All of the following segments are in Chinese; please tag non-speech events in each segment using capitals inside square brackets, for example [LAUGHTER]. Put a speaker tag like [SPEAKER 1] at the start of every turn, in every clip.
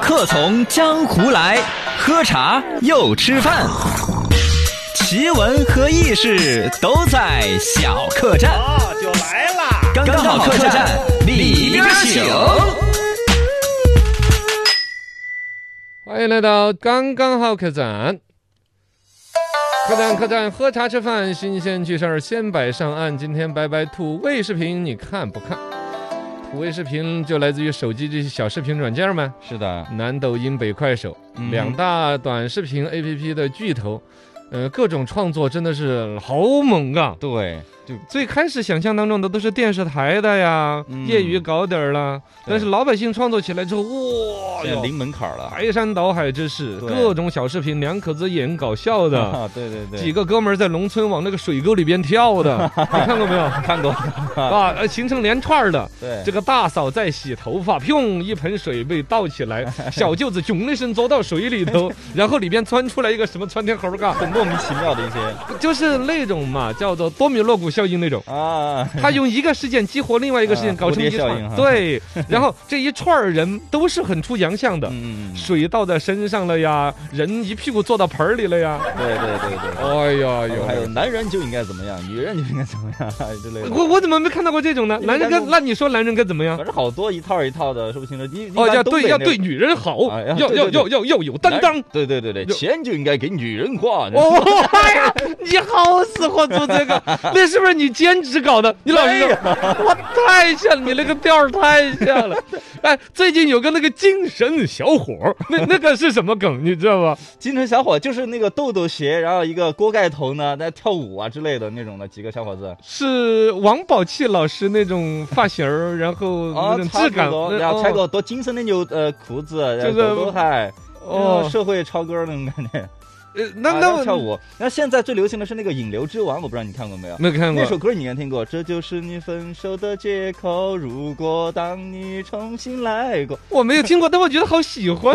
[SPEAKER 1] 客从江湖来，喝茶又吃饭，奇闻和异事都在小客栈。
[SPEAKER 2] 啊，就来啦！
[SPEAKER 1] 刚刚好客栈，里边请。
[SPEAKER 3] 欢迎来到刚刚好客栈。客栈客栈，喝茶吃饭，新鲜趣事儿先摆上岸。今天摆摆土味视频，你看不看？土味视频就来自于手机这些小视频软件们，
[SPEAKER 2] 是的，
[SPEAKER 3] 南抖音、北快手、
[SPEAKER 2] 嗯
[SPEAKER 3] 两大短视频 APP 的巨头。呃，各种创作真的是好猛啊！
[SPEAKER 2] 对，就
[SPEAKER 3] 最开始想象当中的都是电视台的呀，
[SPEAKER 2] 嗯
[SPEAKER 3] 业余搞点儿啦，
[SPEAKER 2] 对
[SPEAKER 3] 但是老百姓创作起来之后，哇
[SPEAKER 2] 现
[SPEAKER 3] 哟
[SPEAKER 2] 在，零门槛了。
[SPEAKER 3] 排山倒海之势，
[SPEAKER 2] 对
[SPEAKER 3] 各种小视频，两口子演搞笑的，
[SPEAKER 2] 啊，对对 [LAUGHS] 对，
[SPEAKER 3] 几个哥们儿在农村往那个水沟里边跳的，
[SPEAKER 2] [LAUGHS]
[SPEAKER 3] 你看过没有？
[SPEAKER 2] 看过
[SPEAKER 3] 啊，呃形成连串儿的。
[SPEAKER 2] 对，
[SPEAKER 3] 这个大嫂在洗头发，砰！一盆水被倒起来，
[SPEAKER 2] [LAUGHS]
[SPEAKER 3] 小舅子囧的一声钻到水里头，然后里边钻出来一个什么窜天猴
[SPEAKER 2] [LAUGHS]
[SPEAKER 3] 儿嘎，
[SPEAKER 2] 很莫名其妙的一些
[SPEAKER 3] 就是那种嘛，叫做多米诺骨效应那种。
[SPEAKER 2] 啊， [LAUGHS]
[SPEAKER 3] 他用一个事件激活另外一个事件，
[SPEAKER 2] 啊
[SPEAKER 3] 搞成一
[SPEAKER 2] 蝴蝶效应
[SPEAKER 3] 串。
[SPEAKER 2] 哈 [LAUGHS]
[SPEAKER 3] 对，然后这一串儿人都是很出洋相的，
[SPEAKER 2] 嗯，
[SPEAKER 3] 水倒在身上了呀，人一屁股坐到盆儿里
[SPEAKER 2] [LAUGHS]
[SPEAKER 3] 了呀。
[SPEAKER 2] 对对对对。
[SPEAKER 3] 哎呀
[SPEAKER 2] 还有还有，男人就应该怎么样，女人就应该怎么样 [LAUGHS] 哎之类的。
[SPEAKER 3] 我我怎么没看到过这种呢？
[SPEAKER 2] 因为
[SPEAKER 3] 男人
[SPEAKER 2] 咱
[SPEAKER 3] 跟
[SPEAKER 2] 们
[SPEAKER 3] 那你说男人该怎么样
[SPEAKER 2] 反？正好多一套一套的，说不清楚。一
[SPEAKER 3] 哦，要对要，
[SPEAKER 2] 一般东北那
[SPEAKER 3] 对女人好，
[SPEAKER 2] 哎呀
[SPEAKER 3] 要
[SPEAKER 2] 对对
[SPEAKER 3] 要要要要有
[SPEAKER 2] 男
[SPEAKER 3] 担当。
[SPEAKER 2] 对对对对，
[SPEAKER 3] 就
[SPEAKER 2] 钱就应该给女人 [LAUGHS] 花。
[SPEAKER 3] 哦哎呀，你好死活做
[SPEAKER 2] [LAUGHS]
[SPEAKER 3] 这个，那是不是你兼职搞的？你老实说，我太像你那个调儿太
[SPEAKER 2] [LAUGHS]
[SPEAKER 3] 像了。哎，最近有个那个精神小伙儿，那那个是什么梗，你知道吗？
[SPEAKER 2] 精神小伙就是那个豆豆鞋，然后一个锅盖头呢，在跳舞啊之类的那种的几个小伙子。
[SPEAKER 3] 是王宝器老师那种发型儿，然后那
[SPEAKER 2] 啊，
[SPEAKER 3] 种
[SPEAKER 2] 差
[SPEAKER 3] 质
[SPEAKER 2] 不
[SPEAKER 3] 感，
[SPEAKER 2] 多
[SPEAKER 3] 那
[SPEAKER 2] 然后
[SPEAKER 3] 哦
[SPEAKER 2] 穿个多精神的牛呃裤子，
[SPEAKER 3] 就是
[SPEAKER 2] 狗狗嗨，
[SPEAKER 3] 哦
[SPEAKER 2] 哦，社会超哥那种感觉。
[SPEAKER 3] 呃那
[SPEAKER 2] 啊然后
[SPEAKER 3] 那
[SPEAKER 2] 跳舞，那现在最流行的是那个《引流之王》，我不知道你看过没有。
[SPEAKER 3] 没看过
[SPEAKER 2] 那首歌你应该听过，这就是你分手的借口。如果当你重新来
[SPEAKER 3] [LAUGHS]
[SPEAKER 2] 过，
[SPEAKER 3] 我没有听过，但我觉得好喜欢。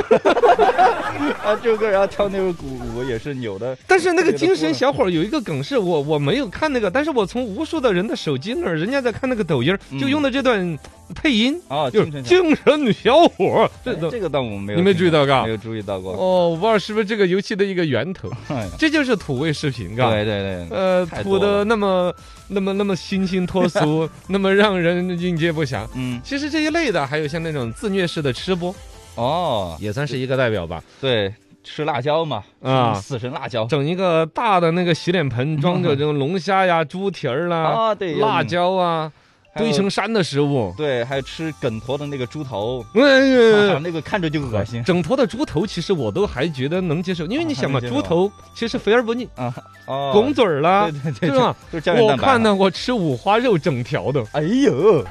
[SPEAKER 2] 啊，这首歌然后跳那首鼓舞也是扭的，
[SPEAKER 3] 但是那个精神小伙儿有一个梗是我我没有看那个，但是我从无数的人的手机那儿，人家在看那个抖音儿，就
[SPEAKER 2] 嗯
[SPEAKER 3] 用的这段配音，
[SPEAKER 2] 啊，
[SPEAKER 3] 就
[SPEAKER 2] 精神小
[SPEAKER 3] 是精神小伙儿，
[SPEAKER 2] 伙。
[SPEAKER 3] 这
[SPEAKER 2] 哎
[SPEAKER 3] 都
[SPEAKER 2] 这个倒我没有，
[SPEAKER 3] 你没注意到嘎
[SPEAKER 2] 没？有注意到过。
[SPEAKER 3] 哦，我不知道是不是这个游戏的一个源
[SPEAKER 2] [LAUGHS]
[SPEAKER 3] 头，
[SPEAKER 2] 哎
[SPEAKER 3] 这就是土味视频嘎。
[SPEAKER 2] 对对对，
[SPEAKER 3] 呃，
[SPEAKER 2] 太多
[SPEAKER 3] 土的
[SPEAKER 2] 了
[SPEAKER 3] 那么那么那么清新
[SPEAKER 2] [LAUGHS]
[SPEAKER 3] 脱俗，那么让人应接不暇。
[SPEAKER 2] 嗯，
[SPEAKER 3] 其实这一类的，还有像那种自虐式的吃播，
[SPEAKER 2] 哦，
[SPEAKER 3] 也算是一个代表吧。
[SPEAKER 2] 对，吃辣椒嘛，
[SPEAKER 3] 啊
[SPEAKER 2] 死神辣椒
[SPEAKER 3] 整一个大的那个洗脸盆，装
[SPEAKER 2] 嗯
[SPEAKER 3] 着这种龙虾呀、猪蹄儿啦、
[SPEAKER 2] 啊，对，
[SPEAKER 3] 辣
[SPEAKER 2] 椒。
[SPEAKER 3] 椒啊，
[SPEAKER 2] 还有
[SPEAKER 3] 堆成山的食物。
[SPEAKER 2] 对，还有吃梗坨的那个猪头，
[SPEAKER 3] 哎
[SPEAKER 2] 啊 [LAUGHS]
[SPEAKER 3] 呀，
[SPEAKER 2] 那个看着就恶心
[SPEAKER 3] 整坨的猪头其实我都还觉得能接受，因为你想嘛，
[SPEAKER 2] 啊还能接受
[SPEAKER 3] 猪头其实肥而不腻，
[SPEAKER 2] 啊！哦，
[SPEAKER 3] 拱嘴儿啦
[SPEAKER 2] 对，对对，
[SPEAKER 3] 啊是吧？
[SPEAKER 2] 就是胶原
[SPEAKER 3] 我
[SPEAKER 2] 蛋白。啊
[SPEAKER 3] 看，呢，我吃五花肉整条的，
[SPEAKER 2] 哎呦，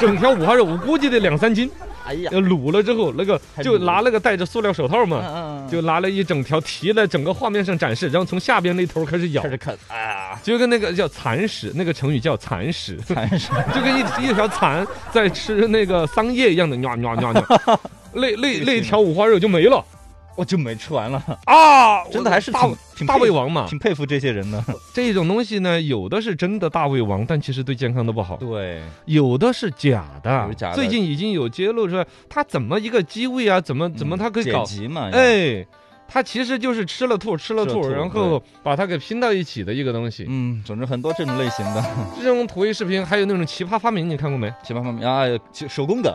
[SPEAKER 3] 整条五花肉，我估计得两三斤。
[SPEAKER 2] 哎呀，
[SPEAKER 3] 呃卤了之后，那个
[SPEAKER 2] 还
[SPEAKER 3] 就
[SPEAKER 2] 卤
[SPEAKER 3] 拿那个戴着塑料手套嘛，
[SPEAKER 2] 嗯嗯
[SPEAKER 3] 就拿了一整条提在整个画面上展示，然后从下边那头开始咬
[SPEAKER 2] 开，始啃啊，
[SPEAKER 3] 就跟那个叫蚕食，那个成语叫蚕食，
[SPEAKER 2] 蚕食
[SPEAKER 3] [LAUGHS] 就跟一一条蚕在吃那个桑叶一样的，喵喵喵喵，那那那条五花肉就没了
[SPEAKER 2] 我就没吃完了，
[SPEAKER 3] 啊！
[SPEAKER 2] 真的还是
[SPEAKER 3] 大
[SPEAKER 2] 挺挺
[SPEAKER 3] 大
[SPEAKER 2] 佩
[SPEAKER 3] 胃
[SPEAKER 2] 服，
[SPEAKER 3] 王嘛，
[SPEAKER 2] 挺佩服这些人的。
[SPEAKER 3] 这种东西呢，有的是真的大胃王，但其实对健康都不好；
[SPEAKER 2] 对，
[SPEAKER 3] 有的是假
[SPEAKER 2] 有
[SPEAKER 3] 的。
[SPEAKER 2] 假的
[SPEAKER 3] 最近已经有揭露出来，它怎么一个鸡胃啊，怎么怎么它可以
[SPEAKER 2] 解
[SPEAKER 3] 搞？
[SPEAKER 2] 急嘛？，
[SPEAKER 3] 哎，它其实就是吃了吐，吃了吐，
[SPEAKER 2] 啊吃了吐
[SPEAKER 3] 然后把它给拼到一起的一个东西。
[SPEAKER 2] 嗯，总之很多这种类型的
[SPEAKER 3] 这种土味视频还有那种奇葩发明，你看过没？
[SPEAKER 2] 奇葩发明啊，其手工梗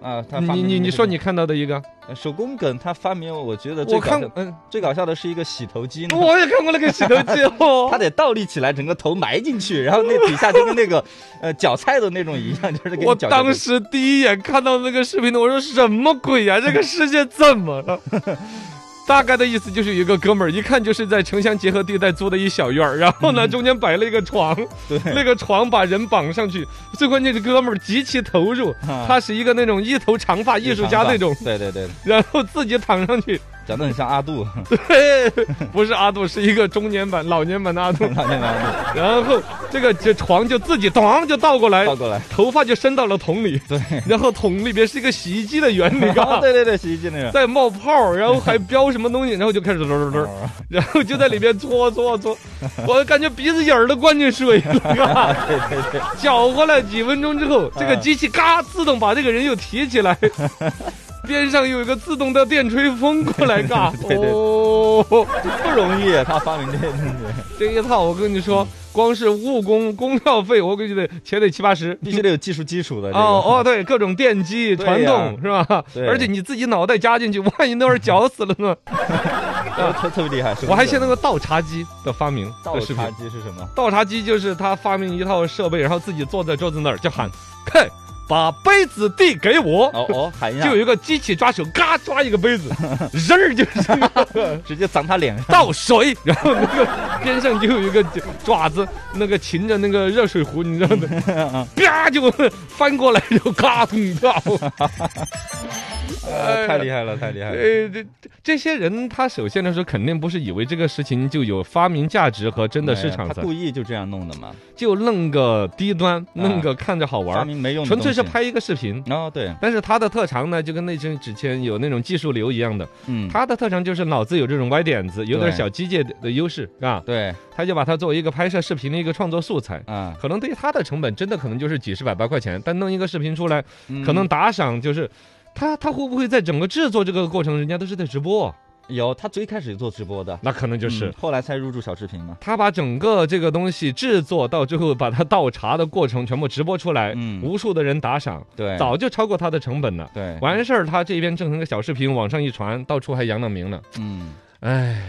[SPEAKER 2] 啊，他发
[SPEAKER 3] 你
[SPEAKER 2] 明
[SPEAKER 3] 你
[SPEAKER 2] 的
[SPEAKER 3] 你
[SPEAKER 2] 这
[SPEAKER 3] 说
[SPEAKER 2] 个呃
[SPEAKER 3] 你看到的一个，
[SPEAKER 2] 手工梗，他发明我觉得最
[SPEAKER 3] 我
[SPEAKER 2] 搞
[SPEAKER 3] 看
[SPEAKER 2] 笑
[SPEAKER 3] 嗯，
[SPEAKER 2] 最搞笑的是一个洗头机呢。
[SPEAKER 3] 我也看过那个洗头机哦
[SPEAKER 2] [LAUGHS] 他。得倒立起来，整个头埋进去，然后那底下就跟那个呃搅菜的那种一样，就是给
[SPEAKER 3] 我
[SPEAKER 2] 你搅。
[SPEAKER 3] 当时第一眼看到那个视频的，我说什么鬼呀、这个世界怎
[SPEAKER 2] [LAUGHS]
[SPEAKER 3] 么了？大概的意思就是，有一个哥们儿一看就是在城乡结合地带租的一小院儿，然后呢中间摆了一个床，
[SPEAKER 2] 嗯对
[SPEAKER 3] 那个床把人绑上去，最关键是哥们儿极其投入，
[SPEAKER 2] 啊
[SPEAKER 3] 他是一个那种一头长发艺术家那种，
[SPEAKER 2] 对对对，
[SPEAKER 3] 然后自己躺上去，
[SPEAKER 2] 长得很像阿
[SPEAKER 3] [LAUGHS]
[SPEAKER 2] 杜，
[SPEAKER 3] 嘿， [LAUGHS] 不是阿杜，是一个中年版、老年版的
[SPEAKER 2] [LAUGHS]
[SPEAKER 3] 阿杜，
[SPEAKER 2] 老年阿
[SPEAKER 3] 然后这个这床就自己咚就倒过来
[SPEAKER 2] 杜，倒
[SPEAKER 3] [LAUGHS]
[SPEAKER 2] 过来。
[SPEAKER 3] 头发就伸到了桶里，
[SPEAKER 2] 对，
[SPEAKER 3] 然后桶里边是一个洗衣机的
[SPEAKER 2] [LAUGHS]
[SPEAKER 3] 原理，
[SPEAKER 2] 啊
[SPEAKER 3] 嘎，
[SPEAKER 2] 对对对，洗衣机那个。[LAUGHS]
[SPEAKER 3] 在
[SPEAKER 2] 哦 [LAUGHS]
[SPEAKER 3] 冒泡，然后还飙什么东西，然后就开始噜噜噜，然后就在里边搓搓搓，我感觉鼻子眼儿都灌进水了，嘎
[SPEAKER 2] 对对嗯对，
[SPEAKER 3] 搅和了几分钟之后，这个机器嘎自动把这个人又提起
[SPEAKER 2] [LAUGHS]
[SPEAKER 3] 来，边上有一个自动的电吹风过来，嘎，
[SPEAKER 2] 对对对
[SPEAKER 3] 哦，
[SPEAKER 2] 不容易，他发明这些东西，
[SPEAKER 3] 这一套我跟你说，光是误工工料费，我估计得钱得七八十。
[SPEAKER 2] 必须得有技术基础的。这个
[SPEAKER 3] 哦哦，，对，各种电机、
[SPEAKER 2] 对
[SPEAKER 3] 传
[SPEAKER 2] 呀
[SPEAKER 3] 动是吧？
[SPEAKER 2] 对
[SPEAKER 3] 而且你自己脑袋加进去，万一那会儿绞死了
[SPEAKER 2] [LAUGHS]
[SPEAKER 3] 呢？
[SPEAKER 2] 哎特特别厉害。是不是
[SPEAKER 3] 我还见那个倒茶机的发明
[SPEAKER 2] 倒
[SPEAKER 3] 的视频
[SPEAKER 2] 茶。机是什么？
[SPEAKER 3] 倒茶机就是他发明一套设备，然后自己坐在桌子那儿就喊：“看，把杯子递给我。
[SPEAKER 2] 哦
[SPEAKER 3] [LAUGHS]
[SPEAKER 2] 哦，喊一下
[SPEAKER 3] 就，有一个机器抓手，嘎抓一个
[SPEAKER 2] [LAUGHS]
[SPEAKER 3] 杯子，人儿就是那个
[SPEAKER 2] 直接砸他
[SPEAKER 3] [LAUGHS]
[SPEAKER 2] 脸上。
[SPEAKER 3] 倒水，然后那个边上就有一个爪子，那个擒着那个热水壶，你知道的，
[SPEAKER 2] 嗯
[SPEAKER 3] 啪就翻过来，然后嘎 [LAUGHS] 咚倒。哎
[SPEAKER 2] 啊太厉害了，太厉害了。
[SPEAKER 3] 呃，这这些人，他首先的时候肯定不是以为这个事情就有发明价值和真的市场
[SPEAKER 2] 哎呀他
[SPEAKER 3] 在，
[SPEAKER 2] 故意就这样弄的嘛，
[SPEAKER 3] 就弄个低端，弄个看着好玩
[SPEAKER 2] 发
[SPEAKER 3] 儿，
[SPEAKER 2] 明没用啊的
[SPEAKER 3] 纯
[SPEAKER 2] 东西，
[SPEAKER 3] 粹是拍一个视频。
[SPEAKER 2] 哦，对，
[SPEAKER 3] 但是他的特长呢，就跟那阵之前有那种技术流一样的，
[SPEAKER 2] 嗯，
[SPEAKER 3] 他的特长就是脑子有这种歪点子，有点
[SPEAKER 2] 对
[SPEAKER 3] 小机械的优势啊，
[SPEAKER 2] 对
[SPEAKER 3] 他就把它作为一个拍摄视频的一个创作素材。
[SPEAKER 2] 啊，
[SPEAKER 3] 可能对他的成本真的可能就是几十百八块钱，但弄一个视频出来，
[SPEAKER 2] 嗯
[SPEAKER 3] 可能打赏就是，他他会不会在整个制作这个过程，人家都是在直播，
[SPEAKER 2] 有他最开始做直播的，
[SPEAKER 3] 那可能就是
[SPEAKER 2] 嗯后来才入驻小视频嘛。
[SPEAKER 3] 他把整个这个东西制作到最后，把它倒茶的过程全部直播出来，
[SPEAKER 2] 嗯
[SPEAKER 3] 无数的人打赏，
[SPEAKER 2] 对，
[SPEAKER 3] 早就超过他的成本了。
[SPEAKER 2] 对，
[SPEAKER 3] 完事儿，他这边挣成个小视频，往上一传，到处还扬了名了。
[SPEAKER 2] 嗯，
[SPEAKER 3] 哎呀，